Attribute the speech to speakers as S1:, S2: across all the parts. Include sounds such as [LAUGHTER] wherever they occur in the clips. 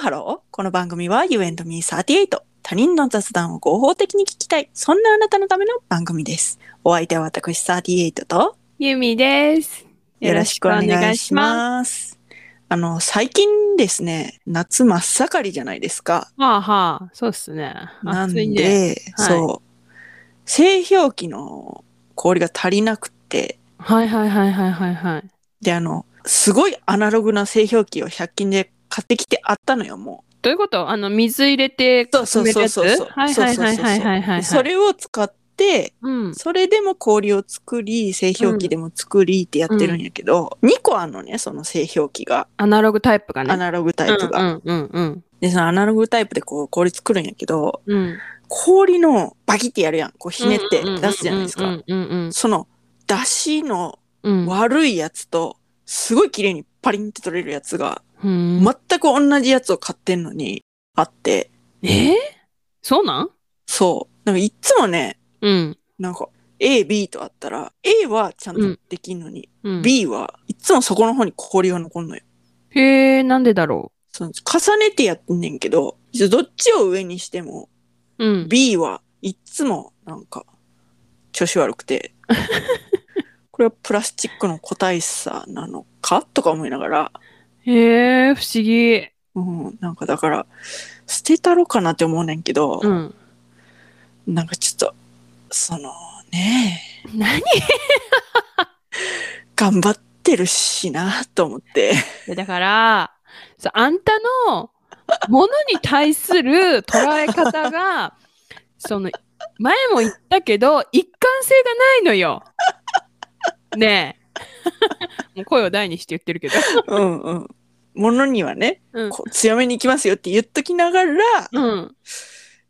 S1: ハローこの番組は You and me38 他人の雑談を合法的に聞きたいそんなあなたのための番組ですお相手は私38と
S2: ゆみです。
S1: よろしくお願いしますあの最近ですね夏真っ盛りじゃないですか
S2: す。はあはあ、そうっすね。
S1: なん
S2: 暑
S1: で、
S2: いね。はい
S1: そう製氷機の氷が足りなくて
S2: はいはいはいはいはいはい。
S1: であのすごいアナログな製氷機を100均で買ってきてあったのよもう
S2: どういうことあの、水入れて
S1: そうそう
S2: めるやつ
S1: そうそうそう
S2: はいはいはいはいはいはい。
S1: そ、れを使って、
S2: うん。
S1: それでも氷を作り、製氷機でも作りってやってるんやけど、2個あんのね、その製氷機が。
S2: アナログタイプがね。
S1: アナログタイプが。
S2: うんうんうん
S1: で、そのアナログタイプでこう氷作るんやけど、
S2: うん。うん。
S1: 氷のバキってやるやん。こうひねって出すじゃないです
S2: う
S1: か。
S2: んうんうん
S1: その、出汁の
S2: うん。
S1: 悪いやつと、すごい綺麗にパリンって取れるやつが、
S2: うん
S1: 全く同じやつを買ってんのにあって、
S2: えーそうなん
S1: そう。なんかいっつもね、
S2: うん。
S1: なんか A、B とあったら、A はちゃんとできんのに、
S2: うん。
S1: B はいつもそこの方に氷が残んのよ。
S2: へえ、なんでだろ
S1: その重ねてやってんねんけど、どっちを上にしても、
S2: う。うん。
S1: B はいつもなんか調子悪く
S2: [LAUGHS]
S1: て、これはプラスチックの個体差なのかとか思いながら、
S2: へえ、不思議。
S1: うん、なんかだから、捨てたろかなって思うねんけど、
S2: うん。
S1: なんかちょっと、そのね
S2: 何
S1: え、頑張ってるしなと思
S2: [LAUGHS]
S1: って、
S2: いやだから、そうあんたのものに対する捉え方が、その、前も言ったけど、一貫性がないのよ。ねえ。もう声を大にして言ってるけど。
S1: うんうん。ものにはね、
S2: うん。
S1: こう強めに行きますよって言っときながら、
S2: うん。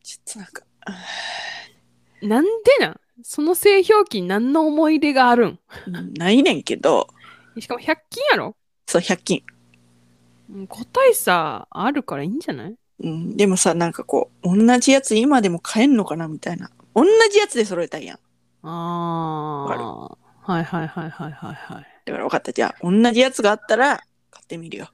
S1: ちょっとなんか、
S2: なんでなんその製氷機に何の思い出があるん
S1: うんないねんけど、
S2: しかも100均やろ
S1: そう、100均。
S2: うん個体差あるからいいんじゃない
S1: うん、でもさ、なんかこう、同じやつ今でも買えんのかなみたいな。同じやつで揃えたいやん。
S2: ああ。はいはいはいはいはいはい。
S1: だから分かった。じゃあ、同じやつがあったら、買ってみるよ。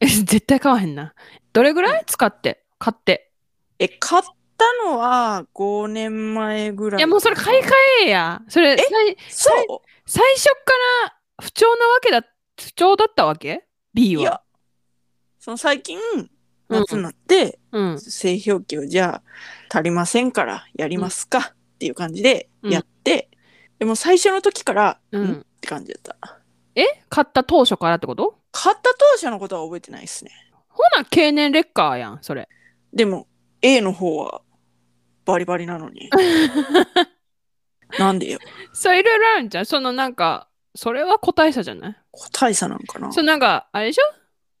S2: え [LAUGHS] 絶対買わへんな。どれぐらい使って買って。
S1: え、買ったのは5年前ぐらい。
S2: いやもうそれ買い替えや。それ最
S1: そ
S2: 最初から不調なわけだ、不調だったわけ
S1: う
S2: ?B
S1: い
S2: は。
S1: や、その最近、夏になって、
S2: うん。
S1: 製氷機をじゃあ、足りませんから、やりますか、っていう感じでやって、でも最初の時から、
S2: う
S1: うんっ
S2: ん。
S1: て感じだった。
S2: え買った当初からってこと
S1: 買った当初のことは覚えてないですね。
S2: ほな、経年劣化やん、それ。
S1: でも A の方はバリバリなの
S2: [LAUGHS]
S1: になんでよ
S2: そう、いろいろあるんじゃん。そのなんか、それは個体差じゃない
S1: 個体差なんかな
S2: そう、なんか、あれでしょ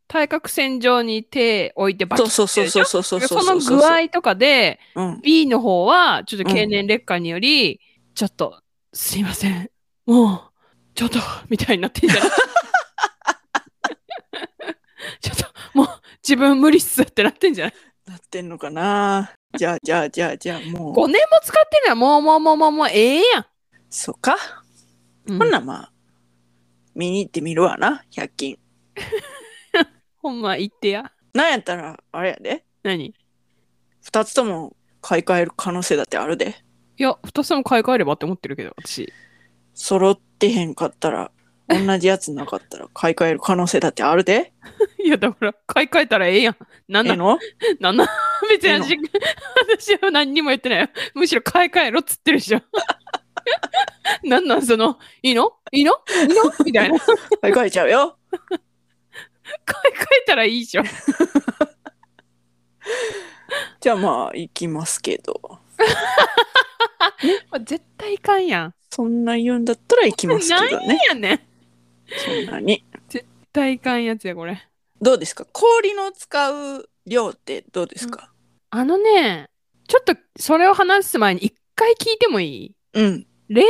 S2: 対角線上に手置いてバキ
S1: そ
S2: ッ
S1: うそうそうそうそうそう
S2: て
S1: そう
S2: その具合とかで、
S1: うん
S2: B の方はちょっと経年劣化により、ちょっとすいませんもうちょっとみたいになってんじゃ
S1: [LAUGHS]
S2: ないちょっともう自分無理っすってなってんじゃない
S1: なってんのかなじゃあじゃあじゃあじゃあもう
S2: 5年も使ってんのはもうもうもうもうもうええやん、
S1: そうか
S2: うん
S1: ほんならまあ見に行ってみるわな100均
S2: ほんま言ってや
S1: なんやったらあれやで
S2: 何い
S1: 2つとも買い替える可能性だってあるで
S2: や2つとも買い替えればって思ってるけど私
S1: 揃ってへんかったら同じやつなかったら買い替える可能性だってあるで
S2: いやだから買い替えたらええやんなん
S1: ええ
S2: なの
S1: の
S2: なんな [LAUGHS] 別に
S1: ええの
S2: 私私は何にも言ってないよ。むしろ買い替えろっつってるじゃん。 [LAUGHS] なんなんその、いいのいいのいいのみたいな。 [LAUGHS] 買い替
S1: 買い替えちゃうよ
S2: えたらいいじゃん。
S1: じゃあまあ行きますけど
S2: まあ [LAUGHS] 絶対いかんやん。
S1: そんな言うんだったら行きますけど
S2: [LAUGHS]
S1: ね
S2: いやねん。絶
S1: そんなに
S2: 対いかんやつや、これ。
S1: どうですか氷の使う量ってどうですか
S2: あのね、ちょっとそれを話す前に一回聞いてもいい
S1: うん
S2: 冷蔵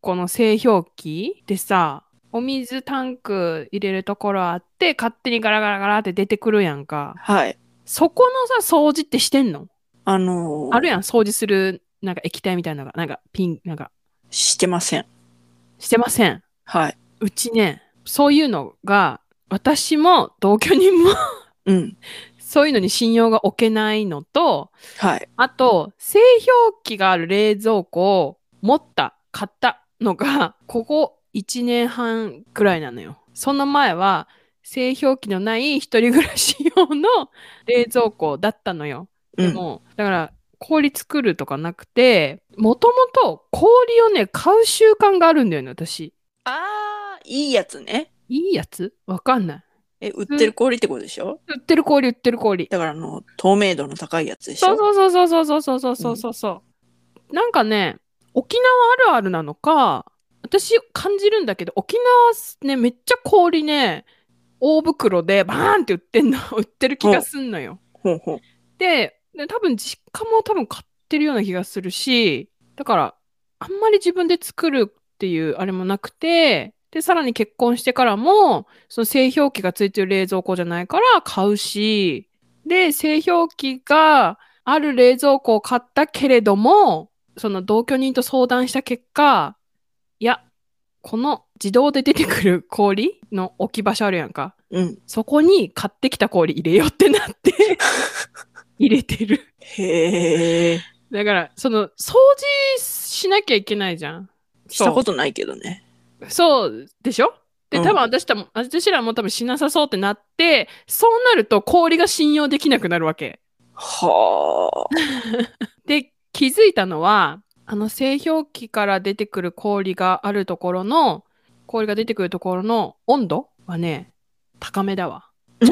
S2: 庫の製氷機でさ、お水タンク入れるところあって、勝手にガラガラガラって出てくるやんか。
S1: はい
S2: そこのさ、掃除ってしてんの
S1: あのー
S2: あるやん、掃除する、なんか液体みたいなのが、なんかピン、なんか、
S1: してません
S2: してません。
S1: はいう
S2: ちね、そういうのが、私も同居人も [LAUGHS]
S1: うん
S2: そういうのに信用が置けないのと、
S1: はい。
S2: あと、製氷機がある冷蔵庫を持った、買ったのが、 [LAUGHS] ここ1年半くらいなのよ。その前は、製氷機のない一人暮らし用の冷蔵庫だったのよ。
S1: う
S2: で
S1: ん。
S2: も、だから、氷作るとかなくて、もともと氷をね、買う習慣があるんだよね、私。
S1: あー、いいやつね。
S2: いいやつわかんない。
S1: え、売ってる氷ってことでしょ
S2: 売ってる氷、売ってる氷。
S1: だからあの、透明度の高いやつでしょ
S2: そうそうそうそうそうそうそうそうそうそうなんかね沖縄あるあるなのか私感じるんだけど沖縄ねめっちゃ氷ね大袋でバーンって売ってんの売ってる気がすんのよ。
S1: ほうほう。
S2: でで多分実家も多分買ってるような気がするしだからあんまり自分で作るっていうあれもなくてでさらに結婚してからもその製氷機がついてる冷蔵庫じゃないから買うしで製氷機がある冷蔵庫を買ったけれどもその同居人と相談した結果いやこの自動で出てくる氷の置き場所あるやんか
S1: うん。
S2: そこに買ってきた氷入れようってなって入れてる。
S1: へえ。
S2: だから、その、掃除しなきゃいけないじゃん。
S1: したことないけどね。
S2: そうでしょで、
S1: うん
S2: 多分私たも、私らも多分しなさそうってなって、そうなると氷が信用できなくなるわけ。
S1: はあ。
S2: で、気づいたのは、あの製氷機から出てくる氷があるところの、氷が出てくるところの温度はね、高めだわ
S1: ん。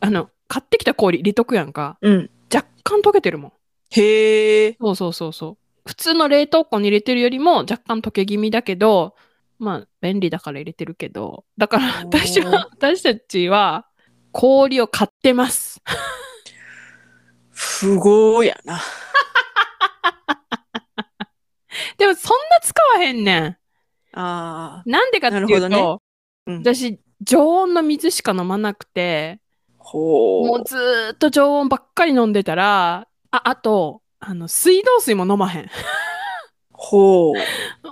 S2: あの、買ってきた氷入れとくやんか。
S1: うん。
S2: 若干溶けてるもん。
S1: へえ。
S2: そうそうそうそう。普通の冷凍庫に入れてるよりも若干溶け気味だけど、まあ便利だから入れてるけど、だから
S1: おー
S2: 私は、私たちは氷を買ってます。 [LAUGHS]
S1: 不合やな。
S2: でもそんな使わへんね
S1: あ
S2: ん。なんでかっていう
S1: な
S2: と、
S1: るほあ。うん。
S2: 私常温の水しか飲まなくて、
S1: ほ
S2: も
S1: う
S2: う。ずーっと常温ばっかり飲んでたら、あ、あと、あの、水道水も飲まへん。
S1: ほ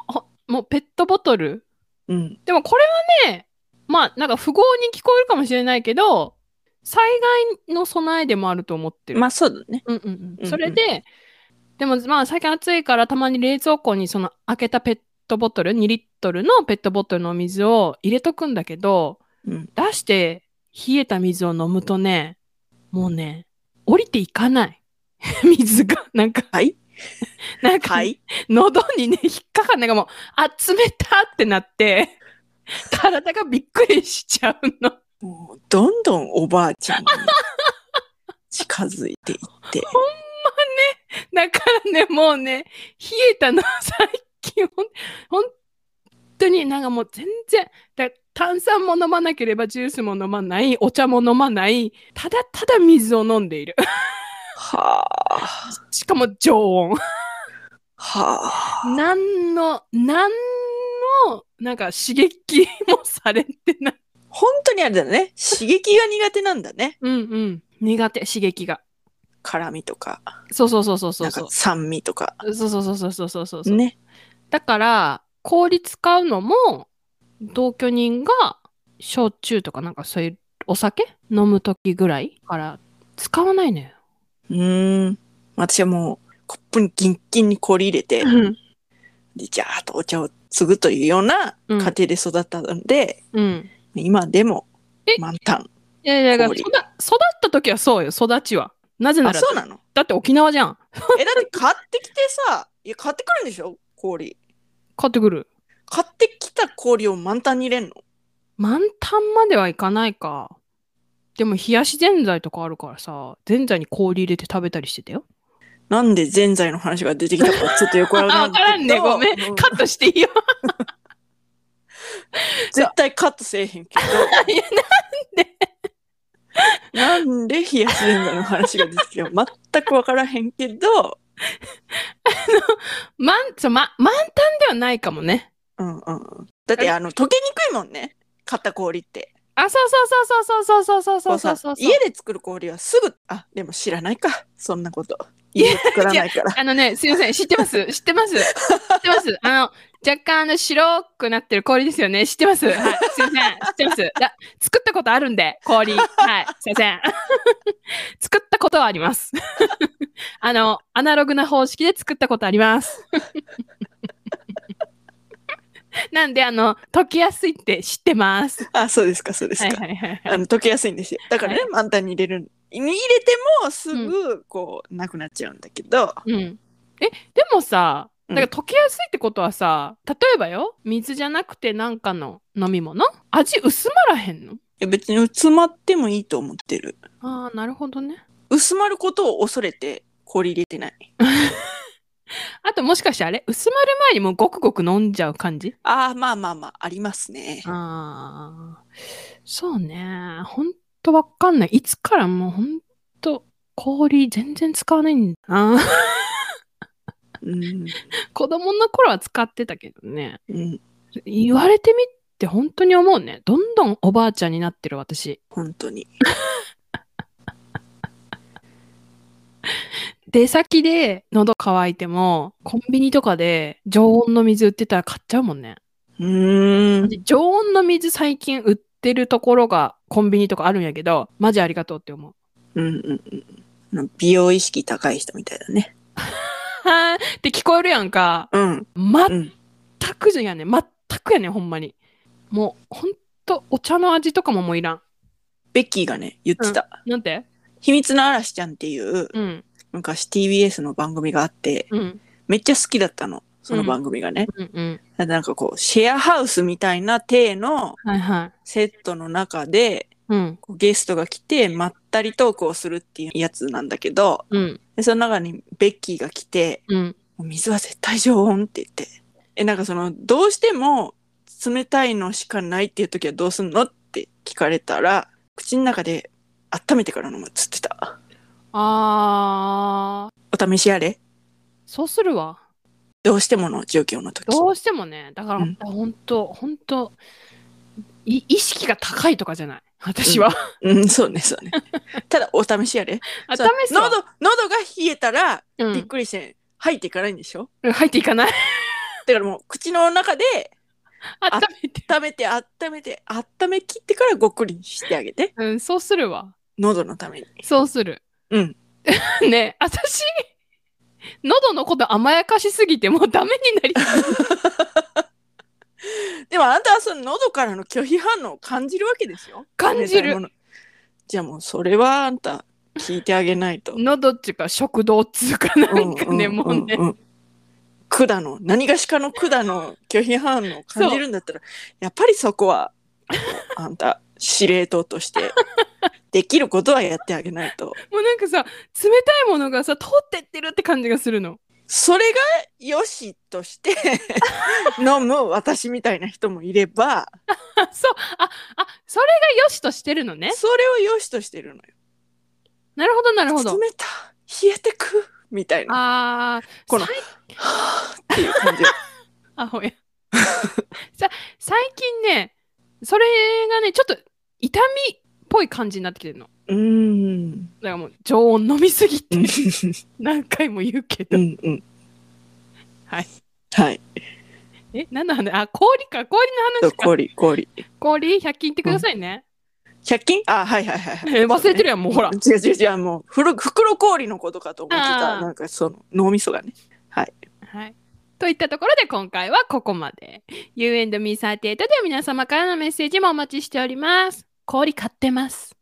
S2: ほもうペットボトル
S1: う。うん。
S2: でもこれはね、まあなんか不合に聞こえるかもしれないけど、災害の備えでもあると思ってる。
S1: まあそうだね。
S2: うんうん
S1: う
S2: うんん。それで、でもまあ最近暑いからたまに冷蔵庫にその開けたペットボトル、2リットルのペットボトルの水を入れとくんだけど、
S1: うん
S2: 出して冷えた水を飲むとね、もうね、降りていかない。 [LAUGHS] 水が、なんか、
S1: はい
S2: [LAUGHS] なんか、
S1: はい。
S2: 喉にね、引っかかんないがもう、あ、冷たってなって、体がびっくりしちゃうの。
S1: もうどんどんおばあちゃんに [LAUGHS] 近づいていって。
S2: だからね、もうね、冷えたの、最近、ほん、ほんとになんかもう全然、だ炭酸も飲まなければジュースも飲まない、お茶も飲まない、ただただ水を飲んでいる。 [LAUGHS]
S1: はあ。
S2: しかも常温。
S1: はあ。
S2: なんの、なんの、なんか刺激もされてない。
S1: 本当にあれだね。刺激が苦手なんだね。
S2: うんうん。苦手、刺激が。
S1: 辛味とか、
S2: そうそうそうそうそ
S1: なん
S2: うそう
S1: か。酸味とか。
S2: そうそうそうそうそうそうそう、
S1: ね。
S2: だから氷使うのも同居人が焼酎とかなんかそういうお酒飲む時ぐらいから使わないのよ。
S1: うーん。私はもう、コップにギンギンに氷入れて、
S2: うん
S1: でジャーッとお茶を継ぐというような家
S2: うん
S1: 庭で育ったので、
S2: うん、
S1: 今でも
S2: え
S1: 満タン。
S2: いやいやだから
S1: 氷
S2: 育育った時はそうよ育ちは。なぜな
S1: あ、
S2: ら
S1: そうなの
S2: だって沖縄じゃん
S1: え、だって買ってきてさ、いや、買ってくるんでしょ氷。
S2: 買ってくる。
S1: 買ってきた氷を満タンに入れんの
S2: 満タンまではいかないか。でも冷やしぜんざいとかあるからさぜんざいに氷入れて食べたりしてたよ。
S1: なんでぜんざいの話が出てきたかちょっとよくわ
S2: [LAUGHS] あ
S1: から
S2: わから
S1: なんいけ
S2: ね
S1: ど
S2: ごめん
S1: う
S2: カットしていいよ。
S1: 絶対カットせえへんけ
S2: いや
S1: どなんで冷やしぜんざいの話が出てきたか全くわからへんけど
S2: [LAUGHS] 満そうま満タンではないかもね。
S1: うんうんうんだってあの溶けにくいもんね買った氷って
S2: あ、そうそうそうそうそうそうそうそうそうそ
S1: こ
S2: う
S1: うさ家で作る氷はすぐあでも知らないかそんなこと家作らないから。
S2: あのね、 [LAUGHS] すいません、知ってます、知ってます、知ってます。あの、若干あの白くなってる氷ですよね、知ってます。はい、すいません、知ってます。だ作ったことあるんで、氷。はい、すいません。作ったことはあります。あの、アナログな方式で作ったことあります。なんで、あの、溶けやすいって知ってます。
S1: あ、そうですか、そうです
S2: はい
S1: か。
S2: はい [LAUGHS] はいは
S1: あ
S2: い。
S1: の溶けやすいんですよ。だからね、満タンに入れる。に入れてもすぐこう、なくなっちゃうんだけど、
S2: うん。え、でもさ、
S1: う
S2: だ
S1: ん
S2: から溶けやすいってことはさ、例えばよ、水じゃなくてなんかの飲み物味薄まらへんの
S1: いや別に薄まってもいいと思ってる。
S2: ああ、なるほどね。
S1: 薄まることを恐れて氷入れてない。
S2: あともしかしてあれ薄まる前にもうごくごく飲んじゃう感じ
S1: ああ、まあまあまあ、ありますね。
S2: ああ、そうね。ほんとわかんない。いつからもうほんと氷全然使わないんだな。
S1: うん。
S2: [LAUGHS] 子供の頃は使ってたけどね。
S1: うん。
S2: 言われてみって本当に思うね。どんどんおばあちゃんになってる私。
S1: 本当に。
S2: 出先で喉乾いてもコンビニとかで常温の水売ってたら買っちゃうもんね。
S1: うーん。
S2: で常温の水最近売ってるところがコンビニとかあるんやけどマジありがとうって思う
S1: うんうんうんあの。美容意識高い人みたいだね。
S2: はーって聞こえるやんか
S1: うん。
S2: 全
S1: うん。
S2: くじゃね全くやねほんまにもうほんとお茶の味とかももういらん
S1: ベッキーがね、言ってた。
S2: なんて
S1: 秘密の嵐ちゃんっていう、
S2: うん
S1: 昔 TBS の番組があって、
S2: うん
S1: めっちゃ好きだったの。その番組がね。
S2: うんうん
S1: なんかこう、シェアハウスみたいな体の
S2: はいはい
S1: セットの中で、
S2: うん
S1: こうゲストが来て、まったりトークをするっていうやつなんだけど、
S2: うん
S1: でその中にベッキーが来て、
S2: うん
S1: もう水は絶対常温って言って。え、なんかその、どうしても冷たいのしかないっていう時はどうすんのって聞かれたら、口の中で温めてから飲むっつってた。
S2: あー
S1: お試しあれ
S2: そうするわ
S1: どうしてもの状況の時。
S2: どうしてもねだから、
S1: うん
S2: ほんとほんとい意識が高いとかじゃない私は、
S1: うん、そうね、そうね。ただ、お試しあれ
S2: あ試
S1: そう
S2: す
S1: 喉
S2: わ、、
S1: 喉が冷えたら、
S2: う
S1: びっ
S2: ん、
S1: くりして、吐いていかないんでしょ
S2: 入っていかない
S1: だからもう、口の中で、
S2: 温めて。
S1: 温めて、温めて、温め切ってからごっくりしてあげて。
S2: うん、そうするわ。
S1: 喉のために。
S2: そうする。
S1: うん。
S2: [LAUGHS] ねえ私、喉のこと甘やかしすぎてもうダメになり
S1: [LAUGHS]
S2: そう。
S1: でもあなたはその喉からの拒否反応を感じるわけですよ。
S2: 感じ
S1: 冷たいも
S2: る。
S1: の。じゃあもうそれはあんた聞いてあげないと。
S2: 喉っちゅうか食道っつうかなんかね、もうね。
S1: ん。管の何がしかの管の拒否反応を感じるんだったらやっぱりそこはあんた司令塔としてできることはやってあげないと
S2: もうなんかさ、冷たいものがさ、通ってってるって感じがするの。 [LAUGHS]
S1: それがよしとして飲む私みたいな人もいれば
S2: あ、そう。あ、あ、それが良しとしてるのね。
S1: それをよしとしてるのよ。
S2: なるほど、なるほど。
S1: 冷た冷えてくみたいな。
S2: あー、
S1: この
S2: さい
S1: はぁっていう
S2: [LAUGHS]
S1: 感じ。
S2: アホや。 [LAUGHS] さ、最近ね、それがね、ちょっと痛みっぽい感じになってきてるの。
S1: うーん。
S2: だからもう常温飲みす
S1: [LAUGHS]
S2: ぎて
S1: うん
S2: 何回も言うけ
S1: う
S2: ど。
S1: んうん。
S2: はい。
S1: はい。
S2: え、何の話あ、氷か、氷の
S1: そう
S2: 話か。
S1: 氷、氷。
S2: 氷、100均行ってくださいね。
S1: 100均あ、はいはいはいはい。
S2: え忘れてるやん、もうほら。
S1: そうね。違う違う違う、もう、ふる袋氷のことかと思って
S2: あ
S1: た。
S2: ー
S1: なんかその脳みそがね。
S2: はい。といったところで今回はここまで。U&Me38 では皆様からのメッセージもお待ちしております。氷買ってます。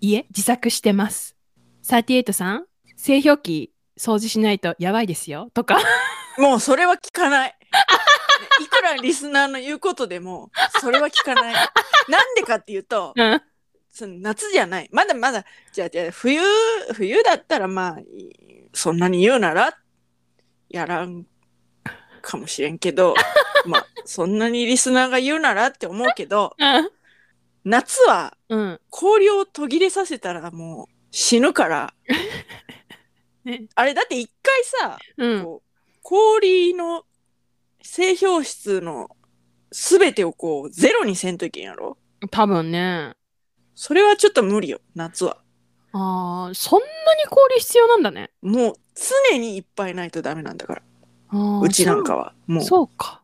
S2: いえ、自作してます。38さん、製氷機掃除しないとやばいですよ。とか、
S1: もうそれは聞かない。いくらリスナーの言うことでも、それは聞かない。なんでかっていうと、
S2: [LAUGHS] うん、
S1: その夏じゃない。まだまだ、じゃあじゃあ冬、冬だったらまあ、いいそんなに言うなら、やらんかもしれんけど、まあ、そんなにリスナーが言うならって思うけど、夏は
S2: うん、
S1: 氷を途切れさせたらもう死ぬから、
S2: ね
S1: あれだって一回さ、
S2: うん、
S1: こう氷の製氷室の全てをこうゼロにせんといけんやろ
S2: 多分ね。
S1: それはちょっと無理よ、夏は。
S2: ああ、そんななに氷必要なんだね。
S1: もう常にいっぱいないとダメなんだからうちなんかはもう
S2: そうか。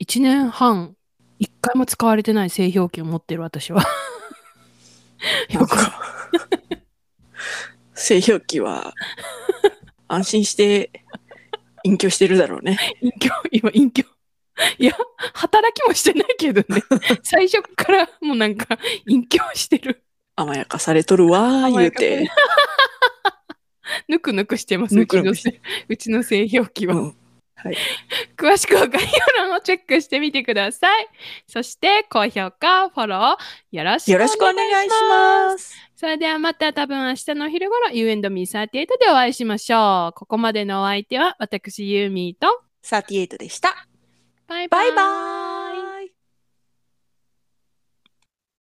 S2: 1年半、1回も使われてない製氷機を持ってる私は。
S1: なんか [LAUGHS] 製氷機は安心して隠居してるだろうね
S2: 隠居、今隠居。いや、働きもしてないけど
S1: [LAUGHS]
S2: ね。最初からもうなんか隠居してる。
S1: 甘やかされとるわー
S2: 甘
S1: 言
S2: や
S1: う
S2: かされ
S1: て、
S2: [LAUGHS] ぬくぬくしてます。
S1: ぬくぬく
S2: うちのせうちの製氷機
S1: う
S2: は。
S1: ん、はい
S2: 詳しくは概要欄をチェックしてみてください。そして高評価、フォローよろしく
S1: よ
S2: お
S1: ろ
S2: 願いし
S1: しくお
S2: ます。
S1: 願いします
S2: それではまた多分明日のお昼頃 You and me38 でお会いしましょう。ここまでのお相手は私ユーミーと
S1: 38でした
S2: バイバ
S1: バ
S2: イ
S1: イバーイ